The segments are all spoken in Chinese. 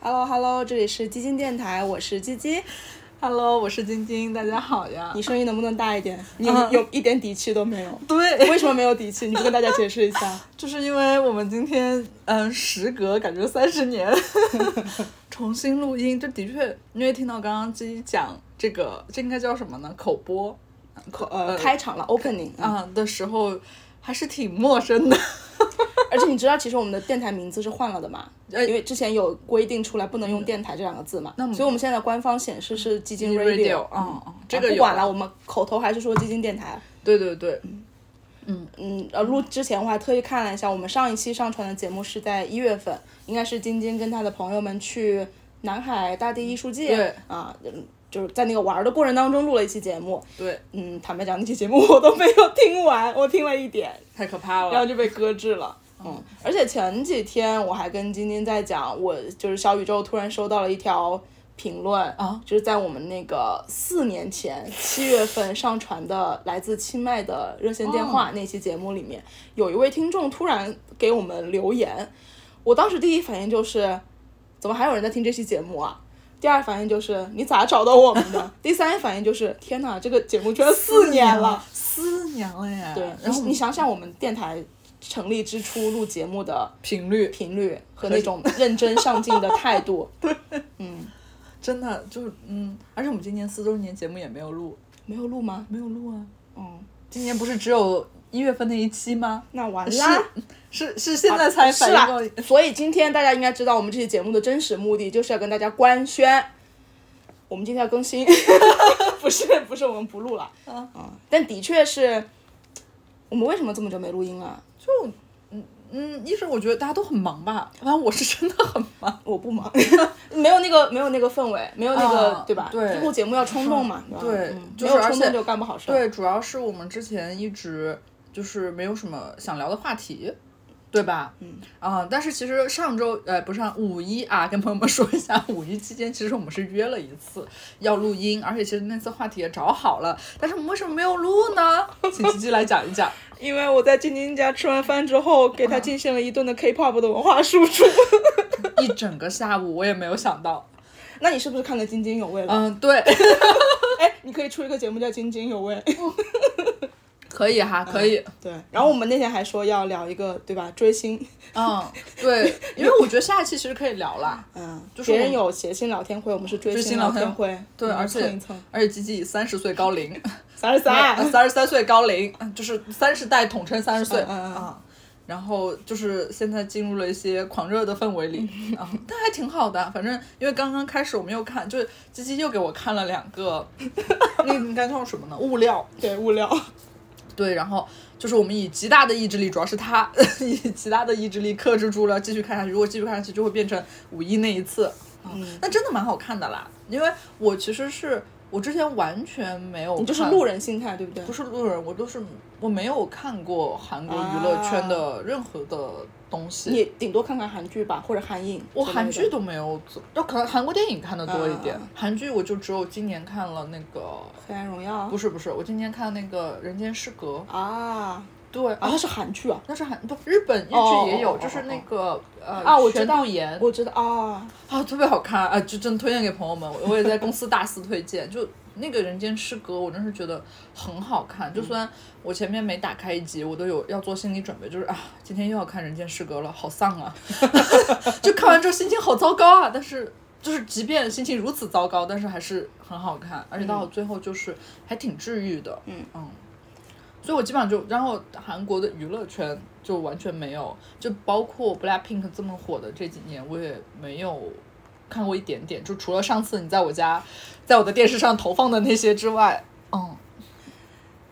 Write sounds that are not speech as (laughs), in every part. Hello Hello，这里是基金电台，我是基基。 Hello，我是晶晶，大家好呀。你声音能不能大一点？你嗯有一点底气都没有。对，为什么没有底气？你不跟大家解释一下？就是因为我们今天，嗯，时隔感觉三十年， (laughs) 重新录音，就的确，因为听到刚刚基基讲这个，这应该叫什么呢？口播口呃开场了，opening 啊、的时候，还是挺陌生的。而且你知道，其实我们的电台名字是换了的嘛？因为之前有规定出来不能用“电台”这两个字嘛，呃那么所以我们现在的官方显示是基金 Radio， Radio。嗯嗯，这啊个不有管了，我们口头还是说基金电台。 (laughs) 对对对，嗯，呃，录之前我还特意看了一下，我们上一期上传的节目是在一月份，应该是晶晶跟她的朋友们去南海大地艺术季，对啊，嗯就是在那个玩儿的过程当中录了一期节目。对，嗯，坦白讲，那期节目我都没有听完，我听了一点，太可怕然后了。就被搁置了。嗯，而且前几天我还跟晶晶在讲，我就是小宇宙突然收到了一条评论啊，就是在我们那个四年前七月份上传的来自清迈的热线电话那期节目里面，有一位听众突然给我们留言，我当时第一反应就是，怎么还有人在听这期节目啊？第二反应就是你咋找到我们的？ (laughs) 第三反应就是天哪，这个节目居然四年了。，四年了耶。对，哎然后你你想想我们电台成立之初录节目的频率频率和那种认真上进的态度，真的就是，嗯，而且我们今年四周年节目也没有录，没有录吗？没有录啊。嗯，今年不是只有一月份那一期吗？那完是啦。是啊是啊现在才是反啦应，过，所以今天大家应该知道，我们这期节目的真实目的就是要跟大家官宣，我们今天要更 (laughs) 新，不是不是我们不录了，啊嗯，但的确是，我们为什么这么久没录音啊了？就嗯嗯，一是我觉得大家都很忙吧，反正我是真的很忙。啊我不忙， (laughs) 没有那个没有那个氛围，没有那个、啊对吧？对录节目要冲动嘛，吧对嗯就没是有冲而动且就干不好事儿。对，主要是我们之前一直就是没有什么想聊的话题。对吧？嗯啊、但是其实上周呃不是上五一啊， (laughs) 跟朋友们说一下，五一期间其实我们是约了一次要录音，而且其实那次话题也找好了，但是我们为什么没有录 (laughs) 呢？请吉吉来讲一讲。因为我在晶晶家吃完饭之后，给她进行了一顿的 K-pop 的文化输出。一整个下午我也没有想到， (laughs) 那你是不是看得津津有味了？嗯，对，哎、你可以出一个节目叫《津津有味》。可以哈，可以，对，然后我们那天还说要聊一个，对吧？追星，嗯， (laughs) 对，因为我觉得下一期其实可以聊啦，嗯，就是别我人有谐星聊天会，我们是追追星星聊聊天天会，对，嗯而蹭一且蹭，而且吉吉以三十岁高龄，呃三十 (laughs) 三，啊三十三岁高龄，就是三十代统称三十岁嗯嗯嗯啊。然后就是现在进入了一些狂热的氛围 (laughs) 里啊，但还挺好的。反正因为刚刚开始我们又看，就是吉吉又给我看了两 (laughs) 个，那应该叫什么呢？ (laughs) 物料，对，物料，对，然后就是我们以极大的意志力，主要是他 (laughs) 以极大的意志力克制住了，继续看下去。如果继续看下去，就会变成五一那一次。啊嗯，但真的蛮好看的啦，因为我其实是我之前完全没哦有看，你就是路人心态，对不对？不是路人，我都是我没有看过韩国娱乐圈的任何的东西，你顶多看看韩剧吧，或者韩影之类的。我韩剧都没有走，就可能韩国电影看的多一点，啊韩剧我就只有今年看了那个。 《黑暗荣耀不》是不是，我今年看那个《人间失格》，啊，对啊，它是韩剧啊，那是韩不日本日哦剧也有，哦哦就是那个呃啊我知全道度妍我知道啊，啊，特别好看啊，就真的推荐给朋友们，我我也在公司大肆推荐。就那个《人间失格》，我真是觉得很好看。就虽然我前面每打开一集，我都有要做心理准备，就是啊，今天又要看《人间失格》了，好丧啊！ (laughs) 就看完之后心情好糟糕啊，但是。就是，即便心情如此糟糕，但是还是很好看，而且到最后就是还挺治愈的。嗯嗯，所以我基本上就，然后韩国的娱乐圈就完全没有，就包括 BLACKPINK 这么火的这几年，我也没有看过一点点，就除了上次你在我家，在我的电视上投放的那些之外，嗯，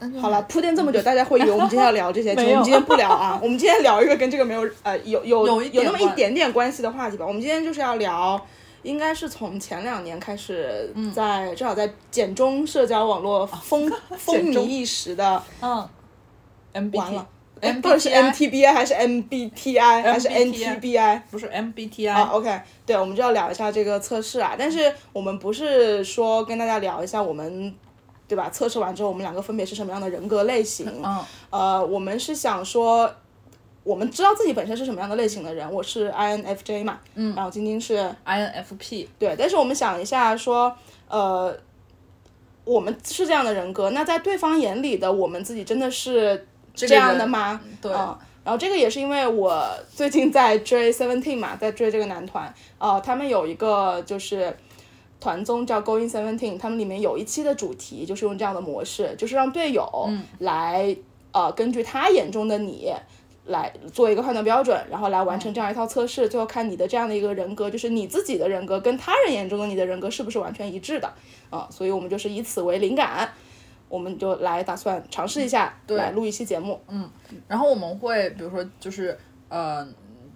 那就好了，，铺垫这么久，大家会以为我们今天要聊这 (laughs) 些，其实没我有们今天不聊啊。我们今天聊一个跟这个没有呃有有有一点那么一关点点关系的话题吧。我们今天就是要聊，应该是从前两年开始嗯在，至少在简中社交网络风 (laughs) 风靡哦中一时的，嗯，MBT 完了 MBTI 到底是 MTBI 还是 MBTI 还是 MBTI NTBI？不是 MBTI，、啊，OK，对，我们就要聊一下这个测试啊，但是我们不是说跟大家聊一下我们，对吧？测试完之后，我们两个分别是什么样的人格类型？嗯，呃，我们是想说，我们知道自己本身是什么样的类型的人，我是 INFJ 嘛，嗯，然后晶晶是 INFP，对，但是我们想一下说，呃，我们是这样的人格，那在对方眼里的我们自己真的是这这个样人的吗？对嗯然后这个也是因为我最近在追 Seventeen 嘛，在追这个男团，呃，他们有一个就是团综叫 Going Seventeen，他们里面有一期的主题就是用这样的模式，就是让队友来、呃根据他眼中的你。来做一个判断标准，然后来完成这样一套测试，最后看你的这样的一个人格，就是你自己的人格跟他人眼中的你的人格是不是完全一致的啊、所以我们就是以此为灵感，我们就来打算尝试一下，来录一期节目。然后我们会比如说就是呃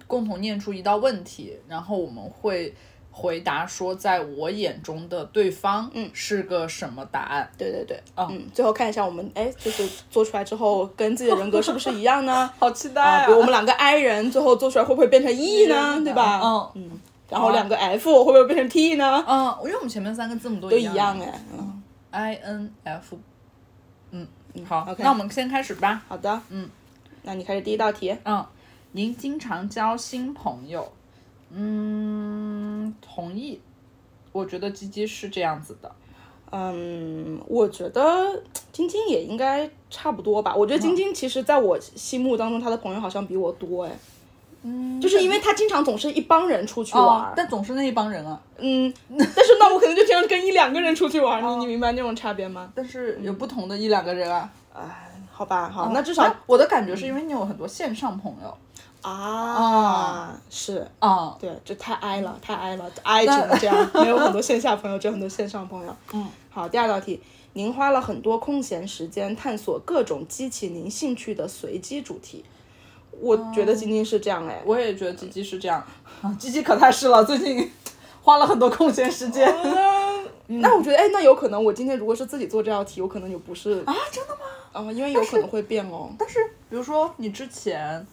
共同念出一道问题，然后我们会回答说在我眼中的对方嗯是个什么答案。对对对，嗯，最后看一下我们哎，就是做出来之后跟自己的人格是不是一样 (laughs) 呢 (laughs) ？好期待啊，啊！比如我们两个 I 人，最后做出来会不会变成 E 呢？对吧？嗯嗯，然后两个 F 会不会变成 T 呢？嗯，因为我们前面三个字母都都一一样哎。嗯， I N F，嗯，好 OK 那我们先开始吧。好的，嗯，那你开始第一道题。嗯，您经常交新朋友？嗯，同意。我觉得鸡鸡是这样子的。嗯，我觉得晶晶也应该差不多吧。我觉得晶晶其实在我心目当中，她的朋友好像比我多哎。嗯，就是因为她经常总是一帮人出去玩哦儿，，但总是那一帮人啊。嗯，但是那我可能就经常跟一两个人出去玩儿，你你明白那种差别吗？但是有不同的一两个人啊。哦哎，好吧，嗯好，那至少我的感觉是因为你有很多线上朋友啊，是，啊、对，这太哀了，太哀了，哀成这样，没有很多线下朋友，只有很多线上朋友。嗯， (laughs) 好，第二道题，您花了很多空闲时间探索各种激起您兴趣的随机主题。我觉哦得仅仅是这样哎，我也觉得吉吉是这样，啊吉吉可踏实了，最近花了很多空闲时间嗯啊，那我觉得哎，那有可能我今天如果是自己做这道题，我可能就不是啊，真的吗？因为有可能会变哦。但是比如说你之前，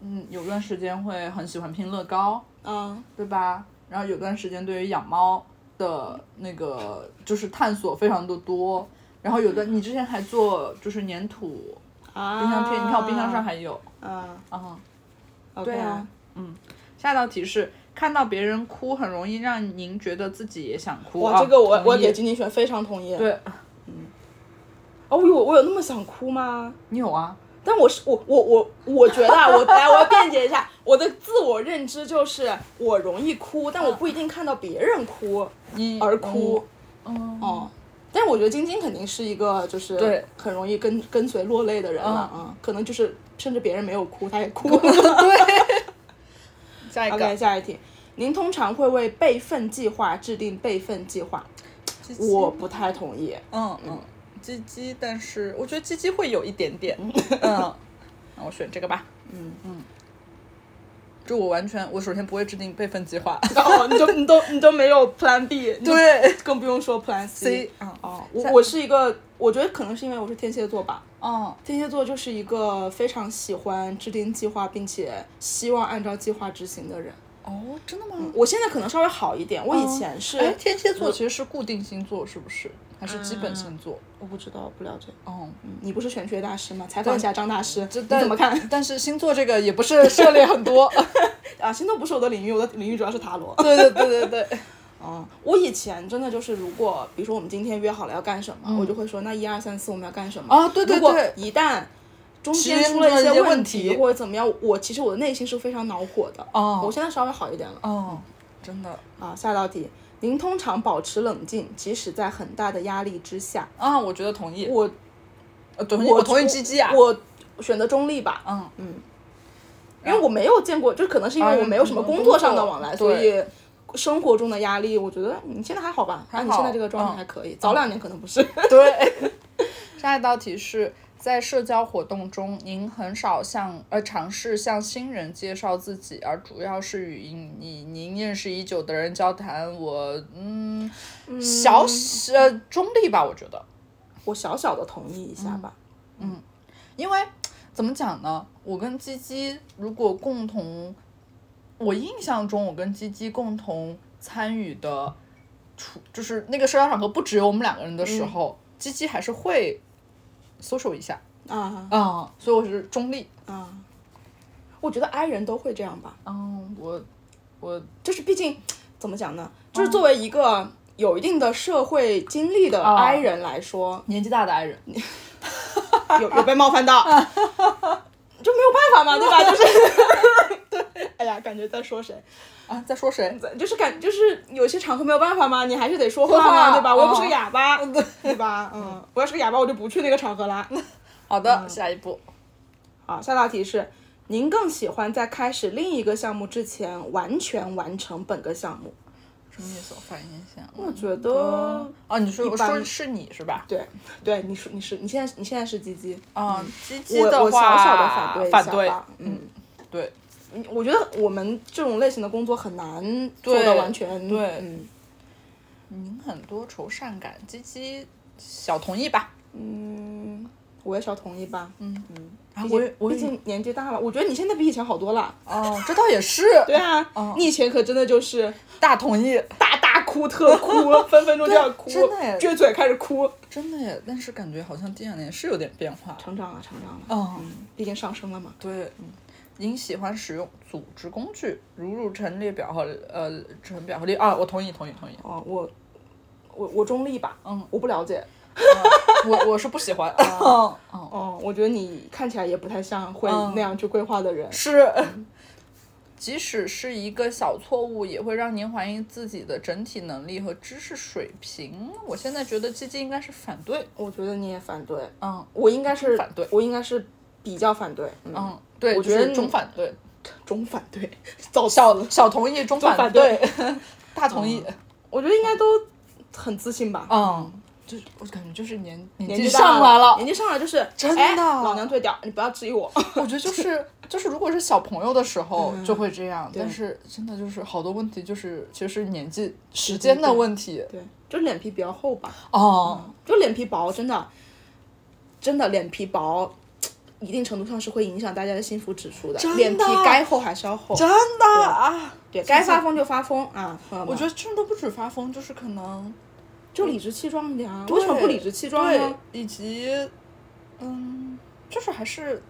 嗯，有段时间会很喜欢拼乐高，啊，对吧？然后有段时间对于养猫的那个就是探索非常的多，然后有嗯段你之前还做就是粘土啊，冰箱贴，你看我冰箱上还有啊，啊。对对啊，嗯，下一道题是看到别人哭，很容易让您觉得自己也想哭。哇，啊这个我我同意给金金选非常同意。嗯对，哦，我有我有那么想哭吗？你有啊？但我是我我我我觉得 (laughs) 啊，我来我要辩解一下，我的自我认知就是我容易哭，但我不一定看到别人哭你而哭。嗯，嗯，哦、但是我觉得晶晶肯定是一个就是对很容易跟跟随落泪的人了啊、嗯嗯可能就是甚至别人没有哭，他也 (laughs) 哭 (laughs) 了。下一 OK，个，下一题，您通常会为备份计划制定备份计划？我不太同意。嗯嗯，鸡鸡，但是我觉得鸡鸡会有一点点，嗯，那我选这个吧。嗯嗯，就我完全，我首先不会制定备份计 (laughs) 划。哦，你都你都你都没有 Plan B，你对更不用说 Plan ，C，嗯哦，我下我是一个，我觉得可能是因为我是天蝎座吧。嗯天蝎座就是一个非常喜欢制定计划，并且希望按照计划执行的人。嗯哦，真的吗？我现在可能稍微好一点，我以前是、哎，天蝎座其实是固定星座，是不是？还是基本星座？我不知道，不了解。嗯，嗯你不是玄学大师吗？采访一下张大师，这你但怎么看？？ (laughs) 但是星座这个也不是涉猎很多。啊，星座不是我的领域，我的领域主要是塔罗。对对对对对，嗯，我以前真的就是，如果比如说我们今天约好了要干什么，我就会说那一二三四我们要干什么啊对对如果对一旦中间时间出了出了一一些些问题题或者怎么样，我其实我的内心是非常恼火的。哦我现在稍微好一点了哦，真的啊。下道题，您通常保持冷静，即使在很大的压力之下。啊，我觉得同意，我我同意，我我同意鸡鸡啊，我选择中立吧，嗯，因为我没有见过，就可能是因啊为我没有什么你工工作上的作往来，对所以。生活中的压力，我觉得你现在还好吧？还啊，你现在好这个状态嗯还可以，早两年可能不是。对。 (laughs) 下一道题是在社交活动中，您很少向呃尝试向新人介绍自己，而主要是与您你您认识已久的人交谈。我嗯，小呃中立吧，我觉得。我小小的同意一下吧。因为怎么讲呢？我跟鸡鸡如果共同，我印象中我跟鸡鸡共同参与的，处就是那个社交场合不只有我们两个人的时嗯候，鸡鸡还是会 social 一下嗯啊啊、所以我是中立。啊！我觉得 I 人都会这样吧，嗯，我我嗯就是毕竟怎么讲呢，就是作为一个有一定的社会经历啊的 I 人来说，年纪大的爱人，有有被冒犯到，就没有办法嘛，对吧？就是，对， (laughs) 哎呀，感觉在说谁，啊，在说谁？就是感就是有些场合没有办法嘛，你还是得说话说话嘛，对吧？我又不是个嗯哑巴，对吧？嗯，我要是个哑巴，我就不去那个场合啦。好的，嗯下一步。好，下道题是：您更喜欢在开始另一个项目之前完全完成本个项目？什么意思？我反应一下。我觉哦得，，哦，你说一我般说是你是吧？对对，你说你是你现在你现在是鸡鸡，嗯，鸡鸡我我的小话，小的反对一下反对，吧嗯。对，我觉得我们这种类型的工作很难做到对完全对嗯您很多愁善感，鸡鸡小同意吧？嗯，我也小同意吧。啊毕竟我也我毕也竟年纪大了，我觉得你现在比以前好多了。哦，这倒也是对啊，你以前可真的就是大同意，大大哭特哭，分分钟就要哭，对 (laughs) 真的耶撅嘴开始哭，真的耶。但是感觉好像第二年是有点变化。成长了，成长了，嗯，毕竟上升了嘛。对，嗯您喜欢使用组织工具，如入陈列表和呃陈表和列啊，我同意，同意，同意。哦，我我我中立吧，嗯，我不了解。我我是不喜欢。嗯嗯，哦，我觉得你看起来也不太像会嗯那样去规划的人。 (laughs) 是。即使是一个小错误，也会让您怀疑自己的整体能力和知识水平。我现在觉得鸡鸡应该是反对，我觉得你也反对，嗯我应该是反对我应该是比较反对，嗯，嗯，对，我就觉得是你中反对，中反对，早小小同意，中中反反对，嗯大同意，我觉得应该都很自信吧。嗯，就是我感觉就是年年年纪纪上上来了 (laughs) 年，纪上来就是真的哎老娘最屌，你不要质疑我。我觉得就是就是，如果是小朋友的时候就会这样，嗯对但是真的就是好多问题就是其实是年纪时间的问题对， (laughs) 就脸皮比较厚吧，哦，就脸皮薄，真的，真的脸皮薄，一定程度上是会影响大家的幸福指数的。真的脸皮该厚还是要厚，真的啊，对该发疯就发疯啊！朋友们我觉得真的不止发疯，就是可能就理直气壮一点啊，对为什么不理直气壮对呢？，以及嗯，就是还是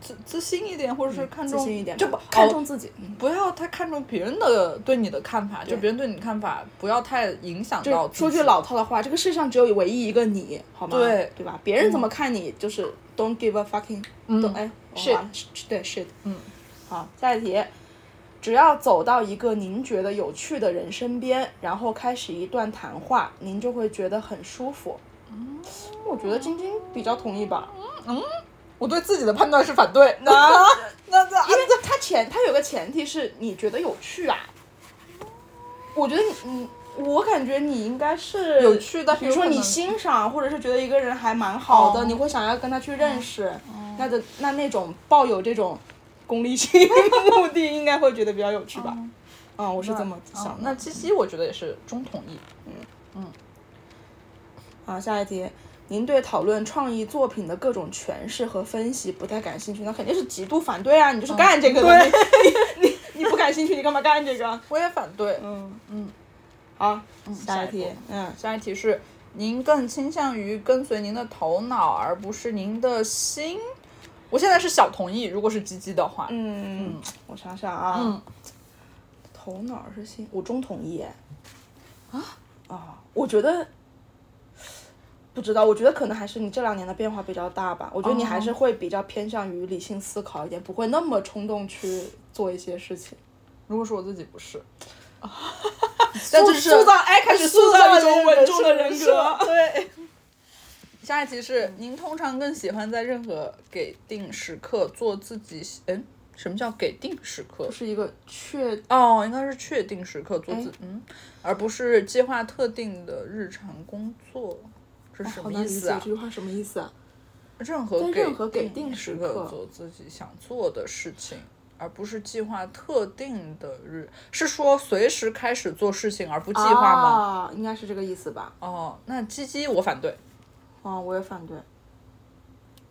自自信一点，或者是看自重信一点吧，就不看哦重自己，嗯不要太看重别人的对你的看法，就别人对你的看法不要太影响到就自己。说句老套的话，这个世上只有唯一一个你，好吗？对对嗯吧？别人怎么看你，就是 don't give a fucking，嗯懂哎是完了是对 shit，嗯，好，下一题，只要走到一个您觉得有趣的人身边，然后开始一段谈话，您就会觉得很舒服。嗯，我觉得晶晶比较同意吧，我对自己的判断是反对。啊那那那啊因为他前他有个前提是你觉得有趣啊。我觉得你你。我感觉你应该是有趣但是比如说有可你能欣赏，或者是觉得一个人还蛮好的，哦你会想要跟他去认识，那的那那种抱有这种功利性目的，应该会觉得比较有趣吧？嗯，我是这么想的哦那。七七我觉得也是中统一。好，下一题，您对讨论创意作品的各种诠释和分析不太感兴趣，那肯定是极度反对啊！你就是干这个的，你你你你不感兴趣，你干嘛干这个？我也反对。嗯嗯，好，下下一一题题，嗯，下一题是：您更倾向于跟随您的头脑，而不是您的心。我现在是小同意，如果是鸡鸡的话，嗯，我想想啊，嗯头脑是心，我中统一耶。啊啊，我觉得不知道，我觉得可能还是你这两年的变化比较大吧。我觉得你还哦是会比较偏向于理性思考一点，不会那么冲动去做一些事情。如果是我自己不是。但塑这是塑造哎，开始塑造一种稳重的人人格。。对。下一题是：您通常更喜欢在任何给定时刻做自己喜？嗯，什么叫给定时刻不？是一个确哦，应该是确定时刻哎做自嗯，而不是计划特定的日常工作。这是什哦好么难意理思解啊这？句话什么意思啊？任何在给任何给定时时刻做自己想做的事情，而不是计划特定的日，是说随时开始做事情而不计划吗？啊，应该是这个意思吧？哦，那鸡鸡我反对。啊，我也反对。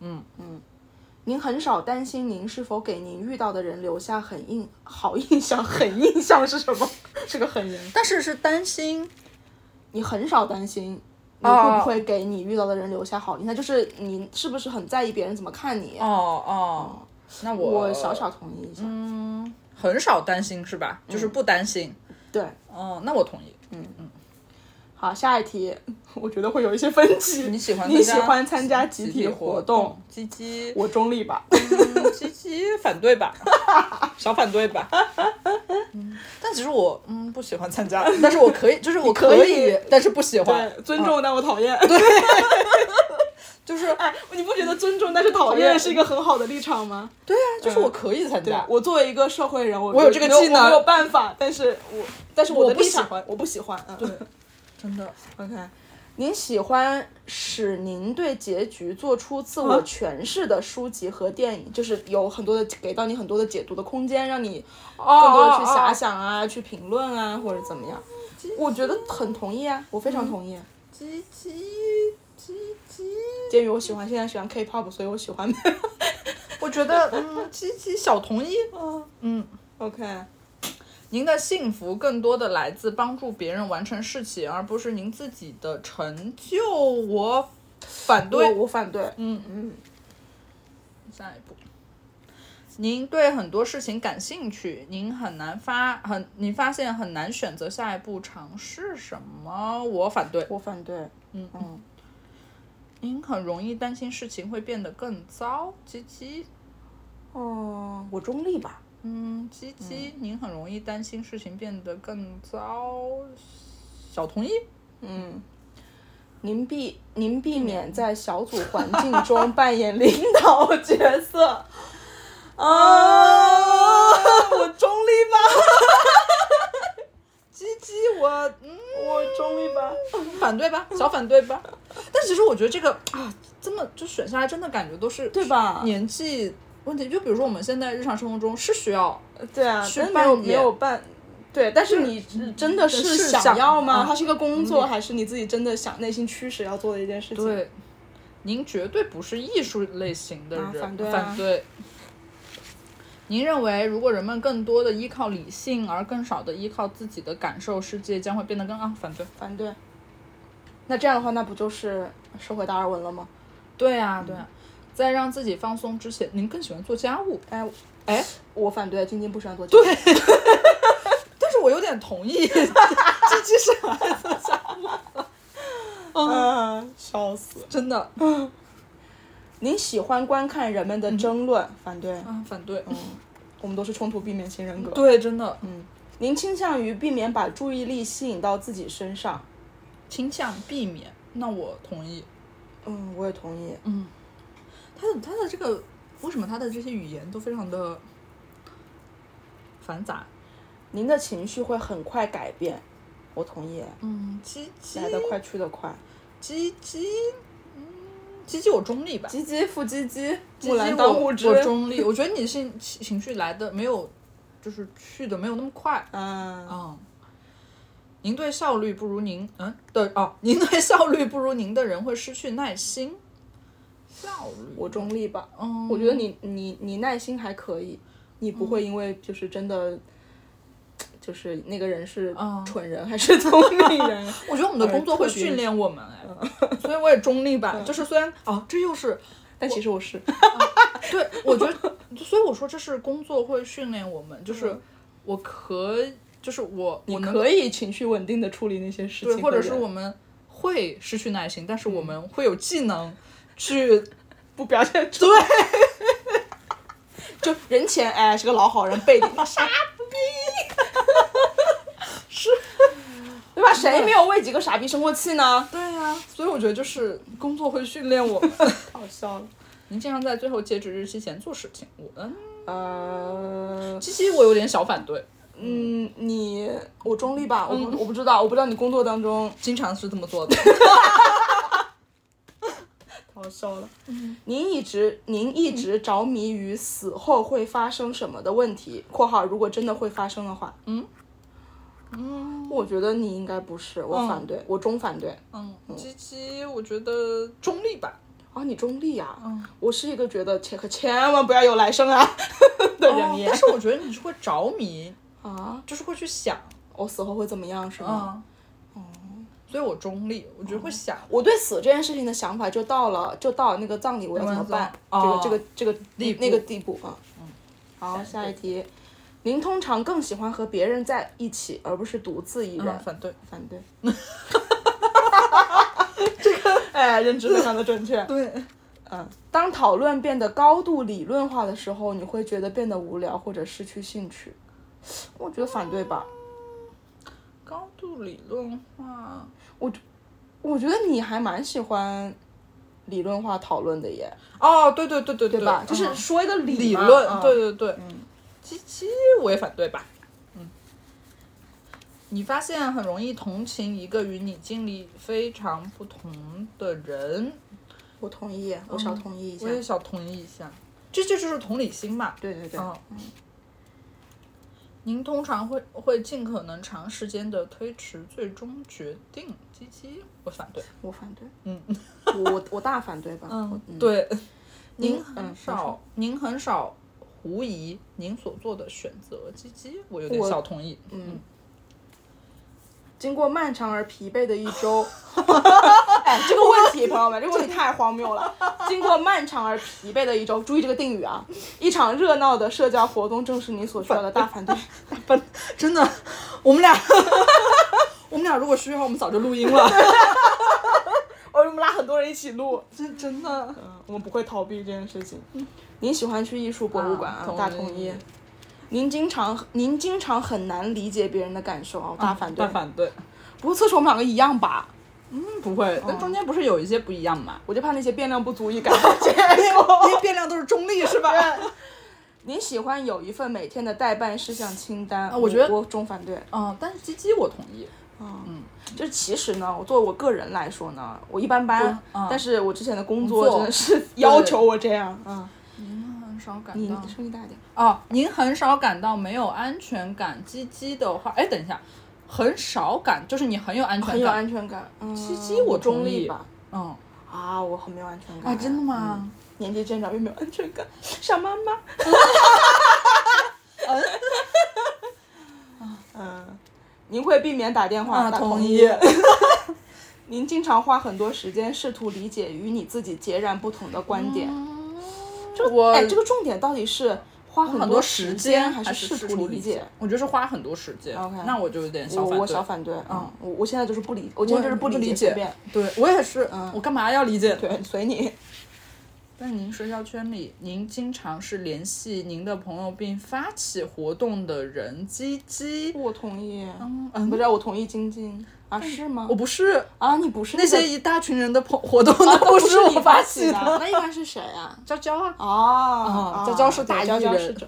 嗯嗯，您很少担心您是否给您遇到的人留下很印好印象，很印象是什么？ (laughs) 是个狠人。但是是担心你很少担心你哦会不会给你遇到的人留下好印象，就是你是不是很在意别人怎么看你？啊哦哦，那我嗯我小嗯小同意一下。很少担心是吧？就是不担心。对，哦，那我同意。嗯好，下一题，我觉得会有一些分歧。你喜欢你参喜加欢参加集集体活活动？，鸡鸡，我中立吧。嗯 (laughs) 鸡鸡反对 (laughs) 吧，小反对吧。嗯，但其实我嗯不喜欢参 (laughs) 加，但是我可以，就是我可以以，但是不喜欢对，，尊重，但我讨厌。对，就是对啊， (laughs) 你不觉得尊重但是讨厌厌是一个很好的立场吗？啊就是我可以参对加，，我作为一个社会人，我我有这个没技能我没有办法，但是我但是我的我不立喜场欢我不喜欢。嗯，对真的。 ，OK。您喜欢使您对结局做出自我诠释的书籍和电影，就是有很多的给到你很多的解读的空间，让你哦更多的去遐想啊，去评论啊，或者怎么样？我觉得很同意啊，我非常同意。鸡鸡鸡鸡，鉴于我喜欢现在喜欢 K-pop，所以我喜 (laughs) 欢。我觉得嗯鸡鸡小同意。嗯，哦 OK。您的幸福更多的来自帮助别人完成事情，而不是您自己的成就。我反对。我我反对。嗯嗯。下一步，您对很多事情感兴趣，您很难发很，您发现很难选择下一步尝试什么。我反对。我反对。嗯嗯，您很容易担心事情会变得更糟。鸡鸡，哦，我中立吧。嗯，鸡鸡，您很容易担心事情变得更糟。小同意。嗯，您避您避免在小组环境 (laughs) 中扮演领导角色。 (laughs) 啊，我中立吧，鸡鸡，我嗯。我中立吧。反对吧，小反对吧。但其实我觉得这个啊，这么就选下来，真的感觉都是对吧年纪问题，就比如说我们现在日常生活中是需要，对啊，去但没有扮演没有办。对，但是你真的是是想想啊要吗？嗯它是一个工作，还是你自己真的想内心驱使要做的一件事情？，对，您绝对不是艺术类型的人，啊反对啊反对。您认为，如果人们更多的依靠理性，而更少的依靠自己的感受，世界将会变得更啊？反对。反对。那这样的话，那不就是社会达尔文了吗？对啊，对啊。在让自己放松之前，您更喜欢做家务，哎哎，我反对，晶晶不喜欢做对，但是我有点同意。 (laughs) 这其实嗯，笑死。真的您喜欢观看人们的争论？反对，啊，反对。我们都是冲突避免型人格。对，真的您倾向于避免把注意力吸引到自己身上？倾向避免。那我同意。嗯，我也同意。他的他的这个为什么他的这些语言都非常的繁杂？您的情绪会很快改变，我同意。嗯，鸡鸡来得快，去得快。鸡鸡，嗯，鸡鸡我中立吧。唧唧复唧唧，鸡鸡木兰当我户织。我中立。我觉得你是情情绪来的没有，就是去的没有那么快。嗯，嗯，您对效率不如您嗯的哦，您对效率不如您的人会失去耐心。效率，我中立吧。嗯，我觉得你你你耐心还可以，你不会因为就是真的，就是那个人是嗯蠢人还是聪明人， (laughs) 我觉得我们的工作会训练我们，哎，所以我也中立吧。 (laughs) 就是虽然哦，这又是但其实我是。对，我觉得，所以我说这是工作会训练我们，就是我可以，就是我你我能可以情绪稳定的处理那些事对，情，或者是我们会失去耐心，但是我嗯们会有技能去不表现出来。 (laughs) 就人前哎是个老好人，背地里傻逼， (laughs) 是，对吧？谁没有为几个傻逼生过气呢？对呀、所以我觉得就是工作会训练 (laughs) 我们。好笑了。您经常在最后截止日期前做事情，我嗯，呃，其实我有点小反对，嗯，你我中立吧，我不我不知道，我不知道你工作当中经常是这么做的。好笑了。您一直您一直着迷于死后会发生什么的问题（括号如果真的会发生的话）。嗯嗯，我觉得你应该不是，我反对，我中反对。嗯，鸡鸡，我觉得中立 (laughs) 吧。啊，你中立啊！我是一个觉得千可千万不要有来生啊的人哦耶但。是我觉得你是会着迷，啊，就是会去想，我死后会怎么样是吗？嗯，所以我中立，我觉得会想我对死这件事情的想法就到了，就到了那个葬礼我要怎么办？这个哦这个这个地步那个嗯地步啊。嗯。好，下一题，您通常更喜欢和别人在一起，而不是独自一人？嗯反对，反 (laughs) 对。这个哎，认知非常的正确。对，嗯，当讨论变得高度理论化的时候，你会觉得变得无聊或者失去兴趣。我觉得反对吧。高度理论化，我觉得你还蛮喜欢理论化讨论的耶，哦，对对对对对对吧？就是嗯说一个理理嘛论，嗯对对对，其其实我也反对吧，嗯。你发现很容易同情一个与你经历非常不同的人，我同意，我少同意一下我。也想同意一下，这这就是同理心嘛，啊对对对，嗯，您通常会会尽可能长时间的推迟最终决定，鸡鸡，我反对。我反对。 (laughs) 嗯，我我大反对吧。嗯，对。您嗯很没少，您很少狐疑您所做的选择，鸡鸡，我有点我小同意。嗯，经过漫长而疲惫的一 (laughs) 周，哎，这个问题，朋友 (laughs) 们，这个问题太荒谬了。经过漫长而疲惫的一周，注意这个定语啊！一场热闹的社交活动正是你所需要的大反对。真的，我们俩， (laughs) 我们俩如果需要，我们早就录音了。哦， (laughs) 我们俩很多人一起录， (laughs) 真真的，嗯，我们不会逃避这件事情。嗯您喜欢去艺术博物馆啊啊？同大意同意。您经常您经常很难理解别人的感受啊，我大反对。嗯大反对。不过厕所我们两个一样吧？嗯，不会，但中间不是有一些不一样 (laughs) 嘛？我就怕那些变量不足以改变 (laughs) 结果。因为变量都是中立，是吧？您喜欢有一份每天的代办事项清单？啊我觉得我中反对。嗯，但是鸡鸡我同意。就是其实呢，我作为我个人来说呢，我一般般，不嗯但是我之前的工作工作真的是要求我这样。嗯，很少感你到声音大一点。哦，您很少感到没有安全感。鸡鸡的话，哎，等一下，很少感就是你很有安全感。很有安全感。嗯，七七我中同立意吧。嗯啊，我很没有安全感嗯啊，真的？吗？年纪渐长越没有安全感， (laughs) 傻妈 (laughs) 妈。 (laughs) 嗯，您会避免打电话？啊，打同意。您经常花很多时间试图理解与你自己截然不同的观点。这我哎，这个重点到底是花很多时间，还是试图图理解？我觉得是花很多时间。 OK 那我就有点小我反对。我少反对，嗯，我我现在就是不理，我现在就是不理理随解便，对我也是，嗯我干嘛要理解？对，随 (laughs) 你。在您社交圈里，您经常是联系您的朋友并发起活动的人，鸡鸡。我同意，嗯不知道我同意晶晶啊？是吗我？哦不是 (laughs) 啊，你不是那个些一大群人的活活动啊都都是你我发起的， (laughs) 的。那应该是谁啊？娇娇啊，哦啊，娇娇娇娇是大艺娇娇是人这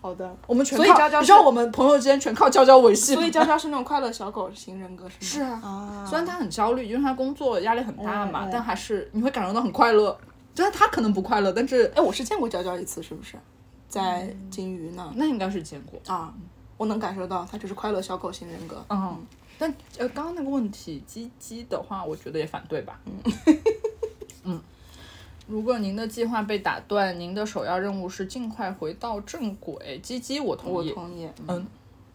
好的， (laughs) 我们全所以靠娇娇你知道是我们朋友之间全靠娇娇维系吗所以娇娇是那种快乐小狗型人格是 (laughs) 是吗？啊啊，虽然她很焦虑，因为她工作压力很大嘛，嗯嗯但还是你会感受到很快乐。虽然她可能不快乐，但是哎，我是见过娇娇一次，是不是？在嗯金鱼呢？那应该是见过。啊，我能感受到她就是快乐小狗型人格。嗯，但呃，刚刚那个问题，鸡鸡的话，我觉得也反对吧。嗯， (laughs) 如果您的计划被打断，您的首要任务是尽快回到正轨。鸡鸡，我我同意。同意，嗯，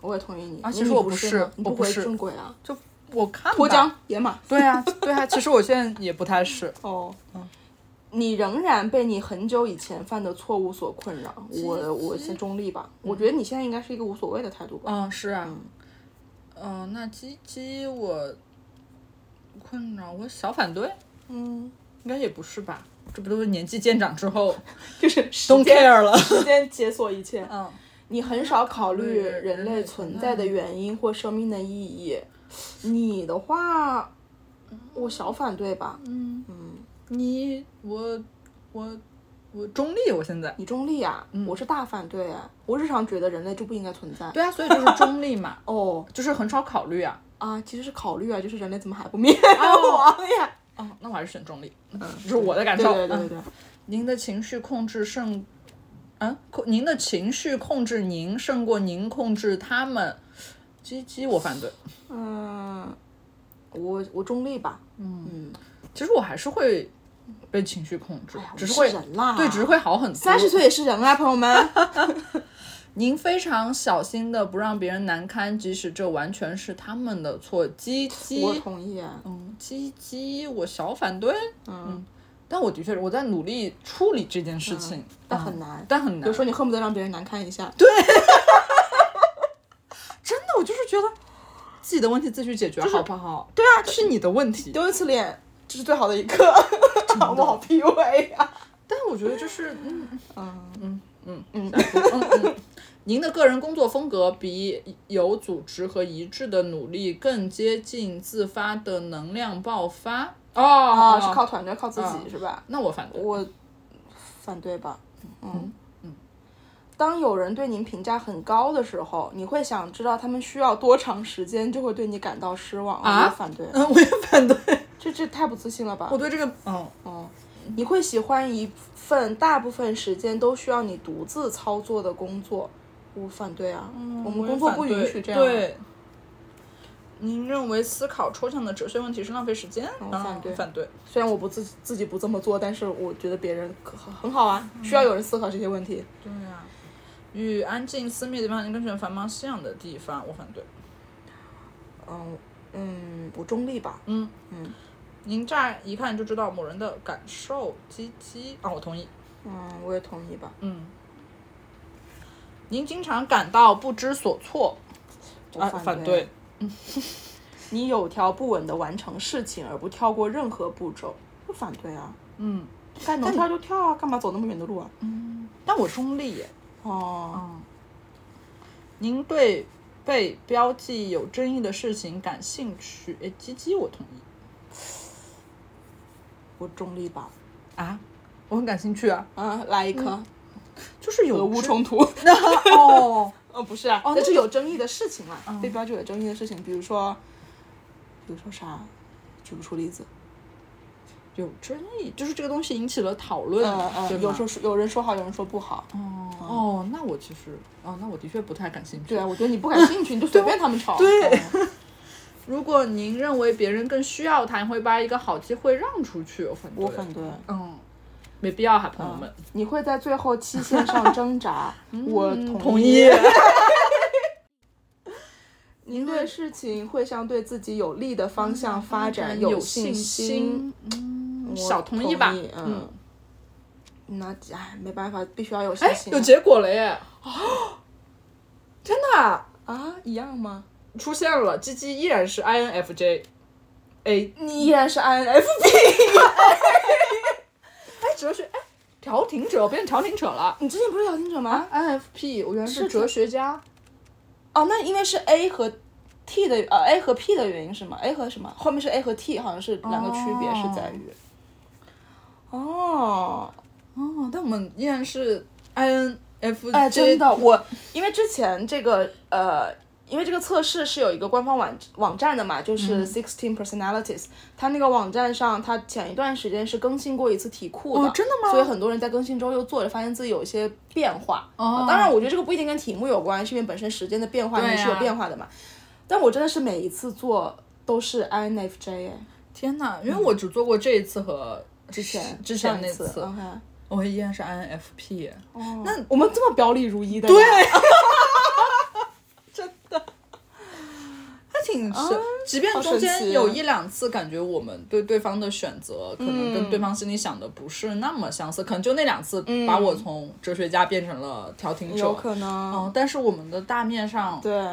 我也同意你。啊你其实你我不不是是吗你我不不回是正轨啊？就我看脱吧。缰野马。 (laughs) 对啊，对啊，其实我现在也不太是。哦，你仍然被你很久以前犯的错误所困扰。我我先中立吧，我觉得你现在应该是一个无所谓的态度吧。嗯，是啊。嗯、那鸡鸡我困扰，我小反对，嗯，应该也不是吧？这不都是年纪渐长之后 (laughs) 就是时 (laughs) don't 间 care 了？时间解锁一切。嗯，你很少考虑人类存在的原因或生命的意义。你的话，我小反对吧。你我我我中立，我现在。你中立啊，我是大反对啊。我日常觉得人类就不应该存在。，对啊，所以就是中立嘛 (laughs) 哦就是很少考虑 (laughs) 啊。啊，其实是考虑啊，就是人类怎么还不灭 (laughs) 亡呀？哦，那我还是选中立，嗯，就是我哦的感对受。对对对嗯对。您的情绪控制胜，嗯，控您的情绪控制您胜过您控制他们。鸡鸡，我反对。嗯，我我中立吧，其实我还是会被情绪控制，哎呀只我会人啦，对，只是会好很多。三十岁也是人啊，朋友们。您非常小心的不让别人难堪，即使这完全是他们的错。鸡我 (laughs) 鸡，同意啊，嗯，鸡鸡，我小反对，嗯，但我的确我在努力处理这件事情，但嗯很难但很比如难。说你恨不得让别人难堪一下，真的，我就是觉得自己的问题自己去解决，好不好？对啊是你的问题。丢一次脸，这是最好的一刻， (laughs) 我们好 PUA 啊，但我觉得就是，嗯，嗯， (laughs) 您的个人工作风格比有组织和一致的努力更接近自发的能量爆发。哦，啊，哦是靠团队靠自己嗯是吧？那我反对。我反对吧，嗯嗯。当有人对您评价很高的时候，你会想知道他们需要多长时间就会对你感到失望。啊 (laughs) 我也反对，嗯，我也反对。这这太不自信了吧我？对这个，嗯，哦，你会喜欢一份大部分时间都需要你独自操作的工作？我反对啊，嗯我们工作不允许这样。对。您认为思考抽象的哲学问题是浪费时间？我嗯哦反对反对。虽然我不自自己不这么做，但是我觉得别人可很好啊，需要有人思考这些问题。对呀、与安静私密的地方，你更喜欢繁忙熙攘的地方？我反对。嗯嗯，我中立吧。您乍一看就知道某人的感受，鸡鸡啊，我同意。嗯，我也同意吧。嗯，您经常感到不知所措，我啊，对。反对。你有条不紊的完成事情，而不跳过任何步骤。不反对啊，嗯，该能跳就跳啊，干嘛走那么远的路啊？但我中立耶。嗯啊哦，您对被标记有争议的事情感兴趣？哎，鸡鸡，我同意。我中立吧。啊，我很感兴趣啊，啊，来一颗就是有俄乌知冲 (laughs) 突。哦，哦，不是啊，哦那那是就有争议的事情啦，嗯被标记有争议的事情，比如说，比如说啥，举不出例子。有争议，就是这个东西引起了讨论，嗯嗯，对吗有时候是有人说好，有人说不好。哦，那我其实，哦，那我的确不太感兴趣。对啊，我觉得你不感兴趣，你就随便他们吵。对嗯如果您认为别人更需要他，你会把一个好机会让出去，我反对。我反对。嗯，没必要哈，朋友们。你会在最后期限上挣 (laughs) 扎，我嗯同同意意。您对事情会向对自己有利的方向嗯发展嗯有信心，心，嗯，我小同意吧。嗯，，那哎，没办法，必须要有信哎，心。啊有结果了耶！真的啊啊，一样吗？出现了，鸡鸡依然是 INFJ。A，你依然是 INFP。哎，哲学，哎，调停者，我变成调停者了。 (laughs) 你之前不是聊听者吗？ INFP，我原来是是哲学家。哦，那因为是 A 和 T 的呃 A 和 P 的原因是吗？A 和什么？后面是 A 和 T，好像是两个区别是在于。哦，哦，但我们依然是 INFJ。哎，真的，我因为之前这个呃，因为这个测试是有一个官方网网站的嘛，就是嗯 Sixteen Personalities，、它那个网站上，它前一段时间是更新过一次题库的，哦真的吗所以很多人在更新之后又做着，发现自己有一些变化。哦当然，我觉得这个不一定跟题目有关，是因为本身时间的变化对也是有啊变化的嘛。但我真的是每一次做都是 INFJ 哎天呐，因为我只做过这一次和之前之前那上一次啊次哦 OK，我依然是 INFP。那我们这么表里如一的对，还挺神，即便啊好神中奇啊间有一两次感觉我们对对方的选择可能跟对嗯方心里想的不是那么相似，可能就那两次把我从哲学家变成了调停者。有可能。嗯，但是我们的大面上对，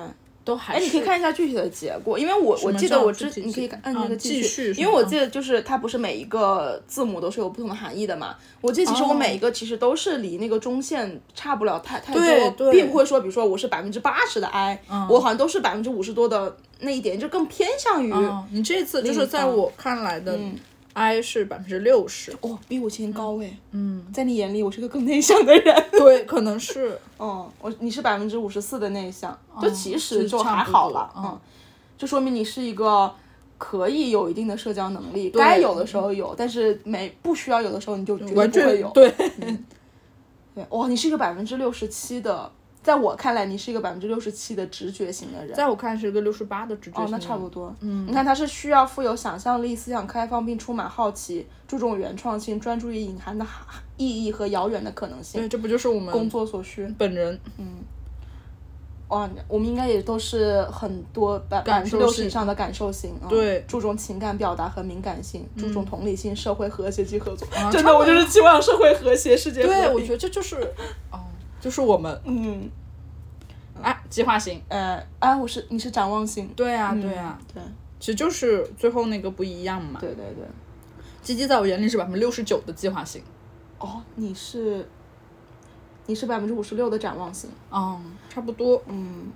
都还哎，是你可以看一下具体的结果，因为我我么记得叫我具之体你可以结按那啊个继续是因为我吗记得就是它不是每一个字母都是有不同的含义的嘛。我记得其哦实我每一个其实都是离那个中线差不了太太对多，对嗯并不会说比如说我是百分之八十的 I，、我好像都是百分之五十多的那一点，就更偏向于、嗯，你这次就是在我看来的嗯 I 是百分之六十，哦，比我之前高哎。嗯，在你眼里我是个更内向的人。对，可能是嗯，我你是百分之五十四的内向，就其就实哦是就差还不好多了，嗯嗯，就说明你是一个可以有一定的社交能力，该有的时候有，但是没不需要有的时候你就绝对完不会全有。对，对，哇，你是一个百分之六十七的，在我看来，你是一个百分之六十七的直觉型的人。在我看是一个六十八的直觉型哦，的人，那差不多。嗯，你看他是需要富有想象力、思想开放，并充满好奇，注重原创性，专注于 (laughs) 隐含的含意义和遥远的可能性。对，这不就是我们工作所需。本人，嗯，哦，我们应该也都是很多百百感分之受六性十以上的感受型，嗯、对嗯注重情感表达和敏感性，注重同理心、社会和谐及合作。 (laughs) 啊真他的，们我就是期望社会和谐、世界和对，平我觉得这就是，哦，就是我们嗯，啊，计划型。呃，哎，我是你是展望型，对呀、嗯啊对呀、对其实就是最后那个不一样嘛。对对对。鸡鸡在我眼里是百分之六十九的计划型。哦，你是你是百分之五十六的展望型，嗯，差不多嗯，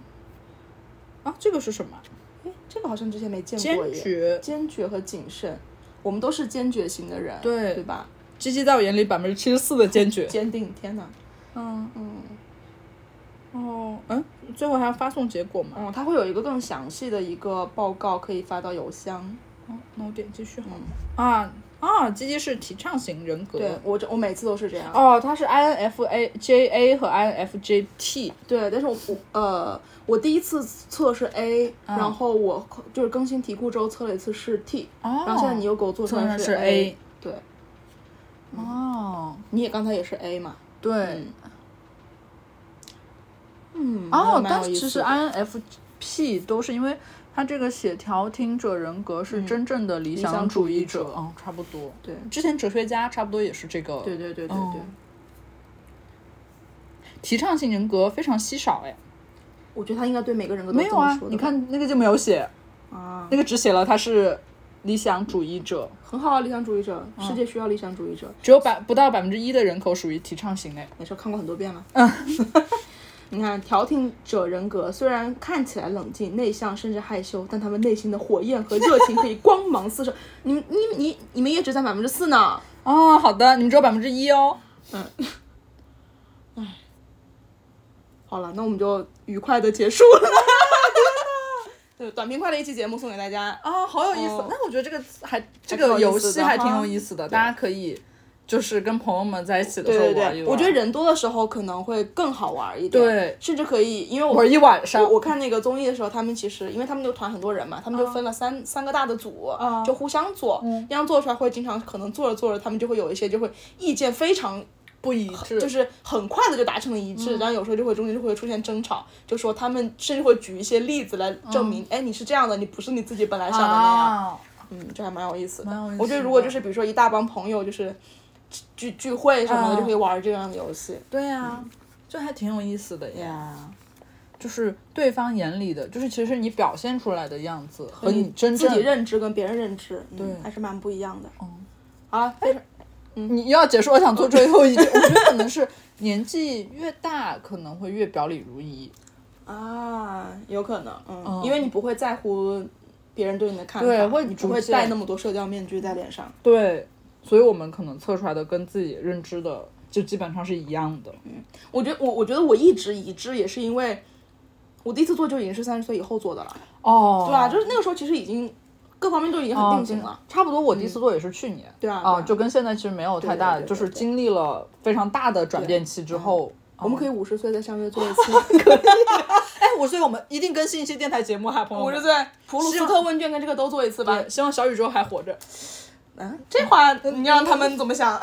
啊。这个是什么？哎，这个好像之前没见坚过耶，决。坚决和谨慎，我们都是坚决型的人，对对吧？鸡鸡在我眼里百分之七十四的坚决。坚定，天哪， (laughs) 嗯嗯。哦，嗯，最后还要发送结果嘛？嗯，它会有一个更详细的一个报告，可以发到邮箱。哦，那我点继续好了。啊啊，鸡鸡是提倡型人格。对我这，我每次都是这样。哦，它是 INFJA 和 INFJT。对，但是我我呃，我第一次测是 A，、然后我就是更新题库之后测了一次是 T，、哦，然后现在你又给我做出测来上是 A， A。对，哦，你也刚才也是 A 嘛？对。嗯，哦，蛮但有意其思实的 INFP 都是因为他这个协调听者人格是真正的嗯理理想想主主义义者嗯，差不多。对之前哲学家差不多也是这个。对对对对对，嗯提倡性人格非常稀少哎。我觉得他应该对每个人格都没这有么啊说，的你吧看那个就没有写，啊，那个只写了他是理想主义者，很好啊，理想主义者，世界需要理想主义者。只有百不到百分之一的人口属于提倡型哎。没事，看过很多遍了。嗯， (laughs) 你看，调停者人格虽然看起来冷静、内向，甚至害羞，但他们内心的火焰和热情可以光芒四射。 (laughs) 你们、你们、你、你们也只占百分之四呢。哦，好的，你们只有百分之一哦。好了，那我们就愉快的结束了。 (laughs) 对，短平快的一期节目送给大家。啊，好有意思！哦那我觉得这个还这挺有个意游思戏的还哈挺有意思的，大家可以就是跟朋友们在一起的对时候对玩一对，玩。我觉得人多的时候可能会更好玩一点。对甚至可以，因为我玩一晚上我我看那个综艺的时候，他们其实因为他们就团很多人嘛，他们就嗯分了三、三个大的组，就互相做，这样做出来会经常可能做着做着，他们就会有一些就会意见非常不一致，就是很快的就达成了一嗯致，然后有时候就会中间就会出现争吵，就说他们甚至会举一些例子来证明，哎、你是这样的，你不是你自己本来想的那样，嗯啊，嗯，这还蛮有意思的。蛮有意思我觉得如果的就是比如说一大帮朋友就是聚聚会什么的，啊就可以玩这样的游戏。对呀、这还挺有意思的嗯呀。就是对方眼里的，就是其实你表现出来的样子和你真自正己认知跟别人认知，嗯对还是蛮不一样的。嗯好了，非常嗯你要解说，我想做最 (laughs) 后一句，我觉得可能是年纪越大可能会越表里如一，啊，有可能，嗯，嗯因为你不会在乎别人对你的看法，对会你不逐会渐戴那么多社交面具在脸上。对，所以我们可能测出来的跟自己认知的就基本上是一样的。我觉得我我觉得我一直一致也是因为，我第一次做就已经是三十岁以后做的了，哦，对吧？啊就是那个时候其实已经各方面都已啊经很定型了。差不多，我第一次做也是去年。对啊对啊啊，就跟现在其实没有太大的，对对对对就是经历了非常大的转变期之后。我们可以五十岁再相约做一次， (laughs) 哎，我所以我们一定更新一期电台节目哈，朋友五们十。岁普鲁斯特问卷跟这个都做一次吧对，。希望小宇宙还活着。嗯，这话你让他们怎么想？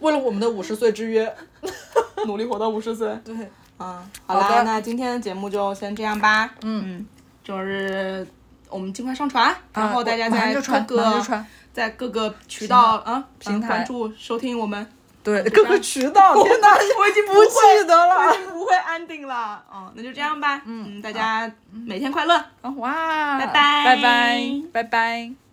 为了我们的五十岁之 (laughs) 约， (laughs) 努力活到五十岁。对，嗯，好好啦，的那今天的节目就先这样吧。嗯，就是我们尽快上传，啊然后大家啊马上在就各传，马上就个传。在各个渠道啊平台关注收听我们。对，各个渠道， (laughs) 天哪，我已 (laughs) 经不会记得我已了。经不 (laughs) 会安定了，嗯，那就这样吧。嗯，大家每天快乐。 (laughs) 啊哇，拜拜拜拜，拜拜。